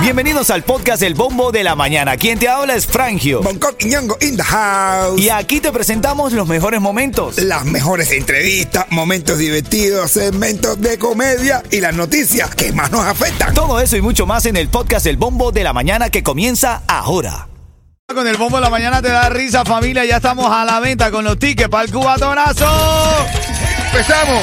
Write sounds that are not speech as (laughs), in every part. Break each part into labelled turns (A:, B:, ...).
A: Bienvenidos al podcast El Bombo de la Mañana. Quien te habla es Frangio.
B: Bangkok y Ñongo in the house.
A: Y aquí te presentamos los mejores momentos.
B: Las mejores entrevistas, momentos divertidos, segmentos de comedia y las noticias que más nos afectan.
A: Todo eso y mucho más en el podcast El Bombo de la Mañana que comienza ahora. Con el bombo de la mañana te da risa familia, ya estamos a la venta con los tickets para el cubatonazo.
B: Empezamos.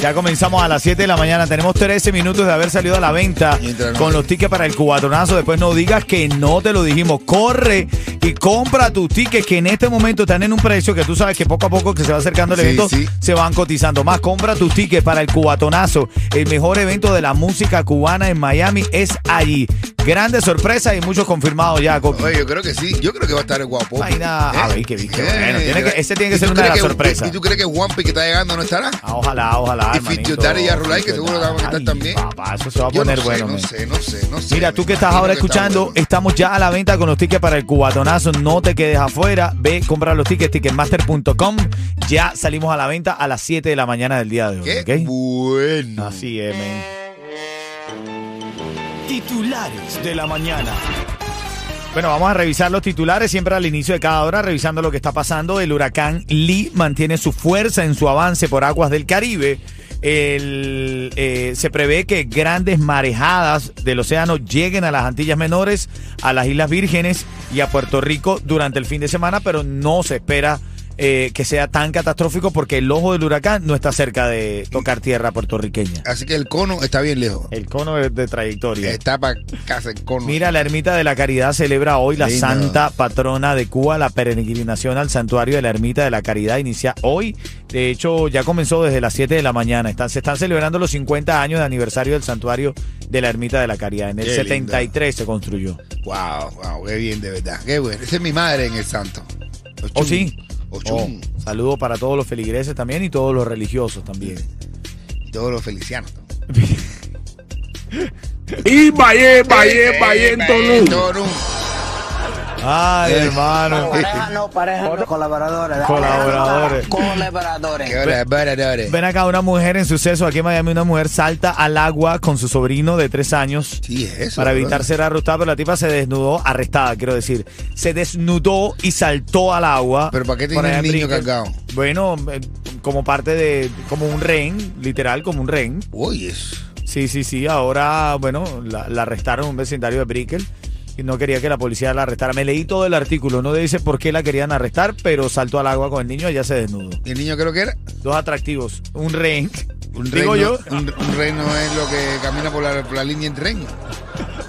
A: Ya comenzamos a las 7 de la mañana. Tenemos 13 minutos de haber salido a la venta
B: Mientras no-
A: con los tickets para el cubatonazo. Después no digas que no te lo dijimos. Corre y compra tus tickets que en este momento están en un precio que tú sabes que poco a poco que se va acercando el
B: Sí,
A: evento
B: sí.
A: se van cotizando más. Compra tus tickets para el cubatonazo. El mejor evento de la música cubana en Miami es allí. Grandes sorpresas y muchos confirmados ya, Coqui.
C: Oye, yo creo que sí. Yo creo que va a estar el guapo.
A: Ay, nada.
C: ¿Eh?
A: A ver, qué bien, qué bueno. Tiene que- ese tiene que
C: ¿Y
A: ser
C: tú
A: una de
C: crees
A: las
C: que-
A: sorpresas.
C: ¿Y tú crees que Juanpi que está llegando no estará?
A: Ah, ojalá, ojalá.
C: Y Fit
A: hermanito.
C: Your Daddy y Arrulay, que
A: Fit Your
C: seguro la van a
A: Daddy.
C: estar
A: Ay,
C: también.
A: Papá, eso se va a
C: Yo
A: poner
C: no sé,
A: bueno.
C: No
A: men.
C: sé, no sé, no sé.
A: Mira,
C: Me
A: tú que estás
C: imagino
A: ahora
C: que está
A: escuchando,
C: bueno.
A: estamos ya a la venta con los tickets para el cubatonazo. No te quedes afuera. Ve, compra los tickets, ticketmaster.com. Ya salimos a la venta a las 7 de la mañana del día de hoy.
C: Qué
A: ¿ok?
C: bueno.
A: Así es, men. Titulares de la mañana. Bueno, vamos a revisar los titulares siempre al inicio de cada hora, revisando lo que está pasando. El huracán Lee mantiene su fuerza en su avance por aguas del Caribe. El, eh, se prevé que grandes marejadas del océano lleguen a las Antillas Menores, a las Islas Vírgenes y a Puerto Rico durante el fin de semana, pero no se espera eh, que sea tan catastrófico porque el ojo del huracán no está cerca de tocar tierra puertorriqueña.
C: Así que el cono está bien lejos.
A: El cono de, de trayectoria.
C: Está para casa el cono.
A: Mira, la Ermita de la Caridad celebra hoy la
C: Lindo.
A: Santa Patrona de Cuba. La peregrinación al santuario de la Ermita de la Caridad inicia hoy. De hecho, ya comenzó desde las 7 de la mañana. Están, se están celebrando los 50 años de aniversario del santuario de la Ermita de la Caridad. En el
C: Qué lindo.
A: 73 se construyó.
C: Wow, wow, qué bien, de verdad. Qué bueno. Esa es mi madre en el santo. Ochun.
A: ¿Oh, sí?
C: Ochun.
A: Oh, saludo para todos los feligreses también y todos los religiosos también.
C: Y Todos los felicianos. Eh, eh, Tolú.
A: Ay, hermano.
D: Pareja no, pareja no, colaboradores.
A: Colaboradores.
C: Qué
D: Colaboradores.
C: hora, hora, hora.
A: Ven acá, una mujer en suceso aquí en Miami, una mujer salta al agua con su sobrino de tres años.
C: Sí, es eso.
A: Para
C: bro.
A: evitar ser arrestada, pero la tipa se desnudó, arrestada, quiero decir. Se desnudó y saltó al agua.
C: ¿Pero para qué
A: Por
C: tiene
A: allá
C: el
A: en
C: niño
A: Brickell.
C: cargado?
A: Bueno, eh, como parte de. como un rehén, literal, como un rehén.
C: Uy, es.
A: Sí, sí, sí. Ahora, bueno, la, la arrestaron en un vecindario de Brickell. Y no quería que la policía la arrestara. Me leí todo el artículo. No dice por qué la querían arrestar, pero saltó al agua con el niño y ya se desnudó.
C: ¿Y el niño creo que era?
A: Dos atractivos. Un rehén.
C: Un
A: Digo
C: reino,
A: yo.
C: Un, un reino es lo que camina por la, por la línea en tren.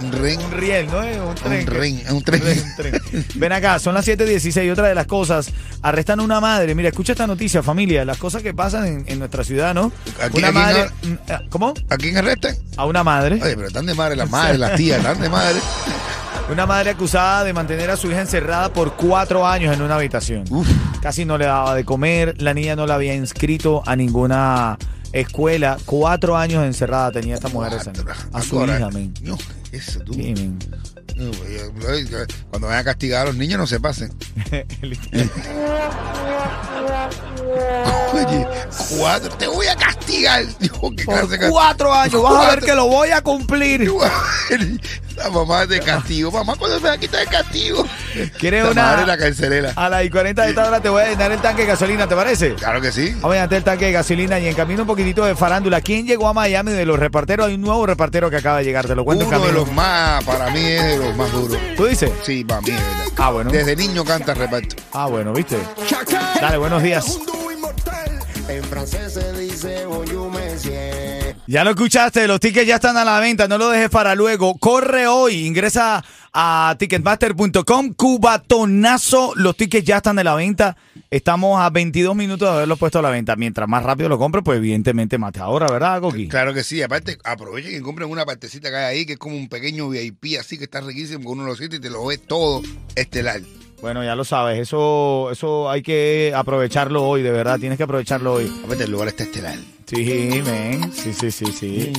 C: Un ren.
A: Un riel, ¿no? Eh, Un tren.
C: Un ren. Un tren.
A: Un tren. Ven acá, son las 7.16. Otra de las cosas, arrestan a una madre. Mira, escucha esta noticia, familia. Las cosas que pasan en, en nuestra ciudad, ¿no?
C: Aquí-
A: Una
C: aquí
A: madre. mm, ¿Cómo?
C: ¿A quién arrestan?
A: A una madre.
C: Oye, pero están de madre las madres, las tías, están
A: (laughs)
C: de madre.
A: Una madre acusada de mantener a su hija encerrada por cuatro años en una habitación.
C: Uf.
A: Casi no le daba de comer. La niña no la había inscrito a ninguna escuela. Cuatro años encerrada tenía esta mujer. esa niña. a su
C: Ah, Ahora,
A: hija, men.
C: no, eso tú.
A: Sí, men.
C: No, güey, yo- Cuando vayan a castigar a los niños, no
A: (laughs)
C: se pasen. Oye, cuatro, te voy a castigar. Dijo, ¿qué clase de
A: Por
C: castigo?
A: cuatro años. Vas a ver
C: Cuatro.
A: que lo voy a cumplir.
C: (laughs) La mamá de castigo. Mamá, ¿cuándo se va a quitar el castigo?
A: ¿Quieres
C: La
A: una-
C: madre la carcelera.
A: A las y 40 de esta hora te voy a llenar el tanque de gasolina, ¿te parece?
C: Claro que sí.
A: Vamos a llenar el tanque de gasolina y en camino un poquitito de farándula. ¿Quién llegó a Miami de los reparteros? Hay un nuevo repartero que acaba de llegar, te lo cuento en
C: Uno de
A: camino.
C: los más, para mí es de los más duros.
A: ¿Tú dices?
C: Sí, para mí es verdad.
A: Ah, bueno.
C: Desde niño canta reparto.
A: Ah, bueno, ¿viste? Dale, buenos días.
E: En francés se dice "Oh, bonjour, monsieur.
A: Ya lo escuchaste, los tickets ya están a la venta, no lo dejes para luego. Corre hoy, ingresa a ticketmaster.com, cubatonazo, los tickets ya están de la venta. Estamos a 22 minutos de haberlos puesto a la venta. Mientras más rápido lo compres, pues evidentemente más te ahora, ¿verdad, Coqui?
C: Claro que sí. Aparte, aprovechen y compren una partecita que hay ahí, que es como un pequeño VIP, así que está riquísimo, que uno lo siente y te lo ve todo estelar.
A: Bueno, ya lo sabes, eso, eso hay que aprovecharlo hoy, de verdad, tienes que aprovecharlo hoy.
C: Aparte, el lugar está estelar.
A: Sí, men, sí, sí, sí, sí.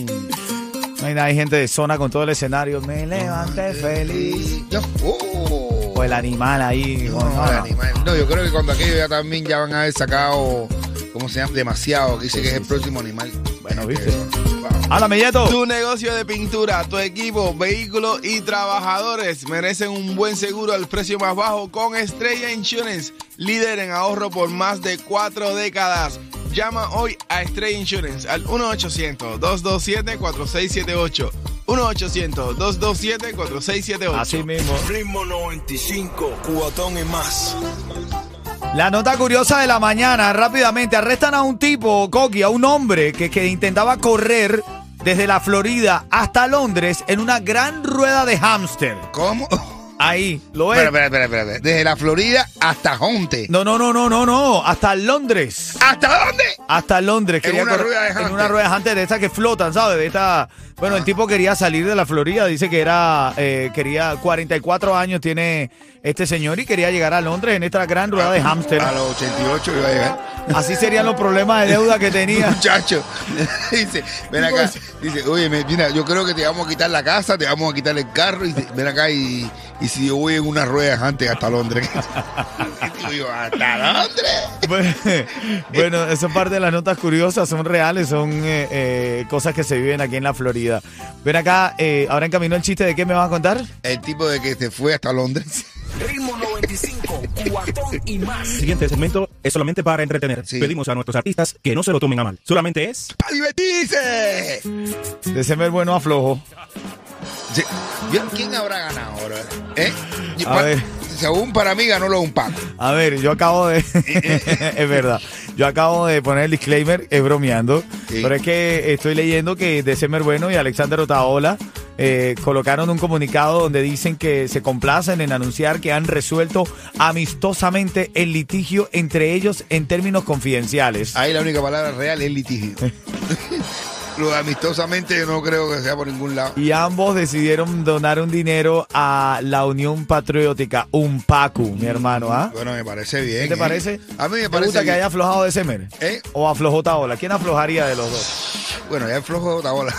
A: No hay nada, hay gente de zona con todo el escenario. Me levanté feliz.
C: No, oh.
A: O el animal ahí.
C: No,
A: con- no,
C: el
A: no.
C: animal. No, yo creo que cuando aquello ya también ya van a haber sacado, ¿cómo se llama? Demasiado, que dice que es el próximo animal. Este,
A: Bueno, viste. ¡Hala, Milleto!
F: Tu negocio de pintura, tu equipo, vehículos y trabajadores merecen un buen seguro al precio más bajo con Estrella Insurance, líder en ahorro por más de cuatro décadas. Llama hoy a Estrella Insurance al 1-800-227-4678. 1-800-227-4678.
A: Así mismo.
G: Ritmo 95, cuatón y más.
A: La nota curiosa de la mañana, rápidamente, arrestan a un tipo, Coqui, a un hombre que, que intentaba correr desde la Florida hasta Londres en una gran rueda de hámster.
C: ¿Cómo?
A: Ahí, lo es.
C: Espera, espera, espera, espera, espera. Desde la Florida hasta Honte.
A: No, no, no, no, no, no, hasta Londres.
C: ¿Hasta dónde?
A: Hasta Londres.
C: En
A: quería
C: una
A: correr-
C: rueda de
A: En
C: hámster.
A: una rueda de hámster de estas que flotan, ¿sabes? De esta... Bueno, el tipo quería salir de la Florida, dice que era, eh, quería, 44 años tiene este señor y quería llegar a Londres en esta gran rueda de hámster.
C: A los 88 iba a llegar.
A: Así serían los problemas de deuda que
C: (laughs)
A: tenía.
C: Muchacho, dice, ven acá, dice, oye, me- mira, yo creo que te vamos a quitar la casa, te vamos a quitar el carro, y dice, ven acá y, y si yo voy en una rueda antes hasta Londres. (laughs) Y digo yo, ¿hasta Londres?
A: Bueno, bueno, esa parte de las notas curiosas son reales, son eh, eh, cosas que se viven aquí en la Florida. Ven acá, eh, ahora encaminó el chiste de qué me vas a contar.
C: El tipo de que se fue hasta Londres. (laughs)
G: Ritmo 95, cuatón y más.
H: siguiente segmento es solamente para entretener.
C: Sí.
H: Pedimos a nuestros artistas que no se lo tomen a mal. Solamente es.
C: ¡Para divertirse!
A: Deceme el bueno aflojo.
C: Sí. Yo- ¿Quién habrá ganado ahora? ¿Eh? Yo-
A: A
C: pa-
A: ver.
C: Según para mí ganó lo de un Paco.
A: A ver, yo acabo de. (laughs) es verdad. Yo acabo de poner el disclaimer, es bromeando.
C: Sí.
A: Pero es que estoy leyendo que December Bueno y Alexander Otaola eh, colocaron un comunicado donde dicen que se complacen en anunciar que han resuelto amistosamente el litigio entre ellos en términos confidenciales.
C: Ahí la única palabra real es litigio.
A: Eh.
C: (laughs) lo de amistosamente yo no creo que sea por ningún lado.
A: Y ambos decidieron donar un dinero a la Unión Patriótica, un PACU, mi hermano. ¿ah?
C: Bueno, me parece bien.
A: ¿Qué te
C: ¿eh?
A: parece?
C: A mí me
A: ¿Te
C: parece
A: gusta que
C: bien.
A: haya aflojado December?
C: ¿Eh?
A: ¿O aflojó Otaola? ¿Quién aflojaría de los dos?
C: Bueno, ya es flojo
A: (laughs)
C: de Otaola.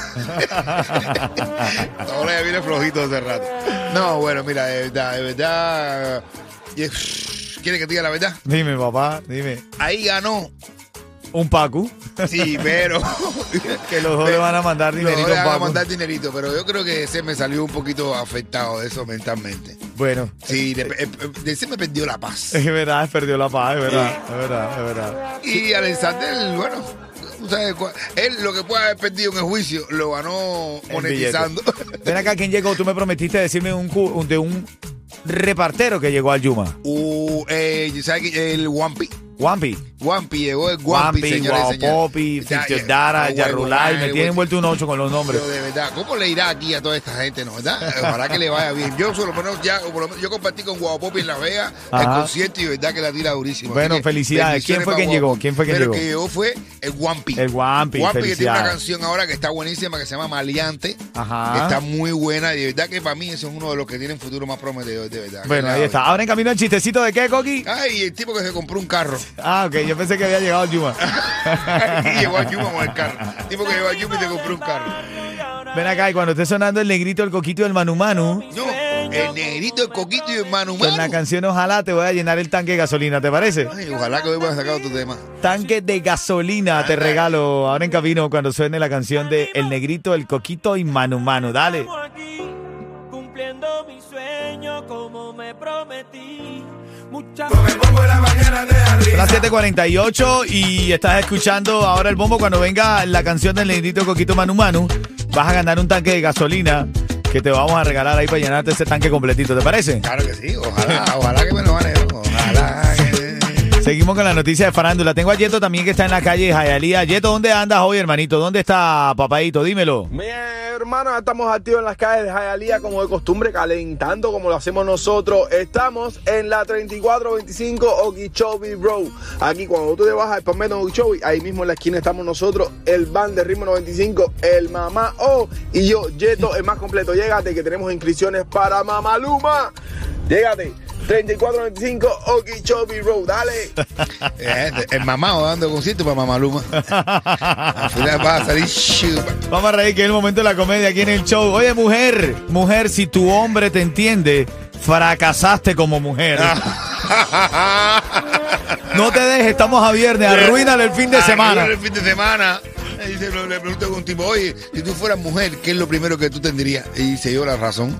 C: Otaola ya viene flojito hace rato. No, bueno, mira, de verdad, de verdad. y es- ¿Quiere que te diga la verdad?
A: Dime, papá, dime.
C: Ahí ganó.
A: Un Pacu,
C: Sí,
A: (laughs)
C: pero.
A: que los dos le van a mandar dinerito
C: Los dos le
A: a
C: van a
A: Pacu.
C: mandar dinerito, pero yo creo que ese me salió un poquito afectado de eso mentalmente.
A: Bueno,
C: Sí, de, eh, eh, de ese me perdió la paz.
A: es verdad, perdió la paz, es verdad, es verdad, es verdad.
C: Y Alexander, bueno, tú sabes, cua- él lo que puede haber perdido en el juicio lo ganó
A: El (laughs)
C: monetizando.
A: billete. Ven acá, ¿quién llegó? Tú me prometiste decirme un, cu- un- de un repartero que llegó al Yuma.
C: Uh, eh, ¿Sabes qué? El Wampi.
A: Wampi.
C: Wampi llegó el Wampi,
A: Wampi,
C: señores y señores.
A: Guapopi,
C: Ya, Ah, ya,
A: Dara,
C: guay,
A: Yarulay.
C: guay,
A: Me
C: guay,
A: tienen
C: guay.
A: vuelto un ocho con los nombres.
C: Pero de verdad, ¿cómo le irá aquí a toda esta gente, no verdad? Ojalá que le vaya bien. Yo, por lo menos, ya, por lo menos, yo compartí con Guapopi en La Vega el
A: Ajá.
C: concierto y de verdad que la tira durísima.
A: Bueno,
C: Así que,
A: felicidades. ¿Quién
C: bendiciones
A: fue
C: para
A: quien llegó?
C: Guapopi.
A: ¿Quién fue quien
C: Pero
A: llegó?
C: el que llegó fue el Wampi.
A: El Guampi,
C: Guampi que tiene una
A: felicidades.
C: canción ahora que está buenísima que se llama Maleante.
A: Ajá.
C: Está muy buena y de verdad que para mí eso es uno de los que tienen futuro más prometedor, de verdad.
A: Bueno, ahí está. Ahora en camino el chistecito de qué, Coqui.
C: Ay, el tipo que se compró un carro.
A: Ah, ok, yo pensé que había llegado al Yuma.
C: (laughs) y llegó a Yuma con el carro. El tipo que llegó a Yuma y se compró un carro.
A: Ven acá, y cuando esté sonando el negrito, el coquito y el manu manu,
C: No, el negrito, el coquito y el mano
A: con la canción Ojalá te voy a llenar el tanque de gasolina, ¿te parece?
C: Ay, ojalá que hoy vas a sacar otro tema.
A: Tanque de gasolina te regalo ahora en camino cuando suene la canción de El Negrito, El Coquito y Manu Manu. Dale.
I: Estamos aquí, cumpliendo mi sueño como me prometí. Muchas
A: Son las 7.48 y estás escuchando ahora el bombo cuando venga la canción del Negrito, Coquito, Manu Manu. Vas a ganar un tanque de gasolina que te vamos a regalar ahí para llenarte ese tanque completito, ¿te parece?
C: Claro que sí, ojalá, ojalá que me lo gane. ¿no? Ojalá. que-
A: Seguimos con la noticia de farándula. Tengo a Yeto también que está en la calle de Jayalía. Yeto, ¿dónde andas hoy, hermanito? ¿Dónde está papadito? Dímelo. (laughs)
F: Mi hermano, ya estamos activos en las calles de Jayalía como de costumbre, calentando como lo hacemos nosotros. Estamos en la 3425 Okeechobee Road. Aquí cuando tú te bajas al Palmetto de Okeechobee, ahí mismo en la esquina estamos nosotros, el band de Ritmo 95, el Mamá O y yo, Yeto, el más completo. Llégate que tenemos inscripciones para Mamaluma. Llégate, 3425 Okeechobee Road, dale.
C: Eh, el mamado dando concierto para Mamaluma. Al final va a salir chupa.
A: Vamos a reír que es el momento de la comedia aquí en el show. Oye, mujer, mujer, si tu hombre te entiende, fracasaste como mujer.
C: Ah.
A: No te dejes, estamos a viernes, (laughs) arruínale el fin de semana.
C: Arruínale El fin de semana. le, dice, le- le pregunto a un tipo, oye, si tú fueras mujer, ¿qué es lo primero que tú tendrías? Y se dio la razón.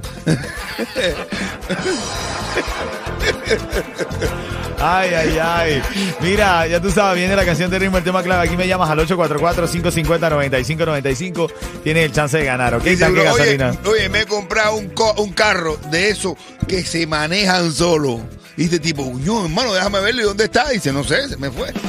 A: Ay, ay, ay. Mira, ya tú sabes, viene la canción de ritmo, el tema clave. Aquí me llamas al 844-550-9595. Tienes el chance de ganar, ¿ok?
C: Dice,
A: Tanque de
C: uno, oye,
A: gasolina.
C: oye, me he comprado un, co- un carro de esos que se manejan solo. Y este tipo, no, hermano, déjame verlo. ¿Y dónde está? Dice, no sé, se me fue. (laughs)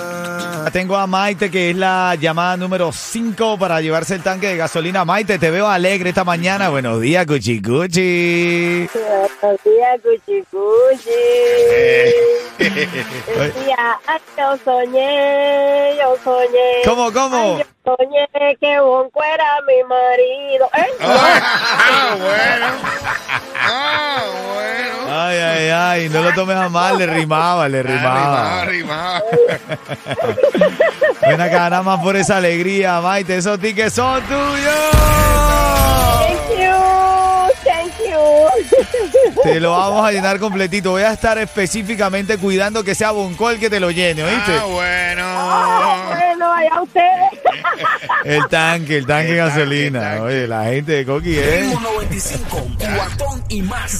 A: Ah, Tengo a Maite, que es la llamada número 5 para llevarse el tanque de gasolina. Maite, te veo alegre esta mañana. Buenos días, Cuchi Cuchi.
J: Buenos días, cuchicuchi. Decía, ay, yo soñé, yo soñé.
A: ¿Cómo, cómo?
J: Ay, yo soñé que Bonco era mi marido. ¿Eh?
C: ah, bueno. Ah, bueno.
A: Ay, ay, ay. No lo tomes a mal, le rimaba, le
C: Arrimado,
A: rimaba.
C: arrimado.
A: Ven acá, nada más por esa alegría, Maite. Esos tickets son tuyos.
J: Thank you, thank you.
A: Te lo vamos a llenar completito. Voy a estar específicamente cuidando que sea Bonco el que te lo llene, ¿oíste?
C: Ah, bueno.
J: Ah, (laughs) bueno, allá ustedes.
A: El ¿eh? tanque, el tanque de gasolina. Oye, la gente de Coqui es.
G: Ritmo 95, cuatón y más.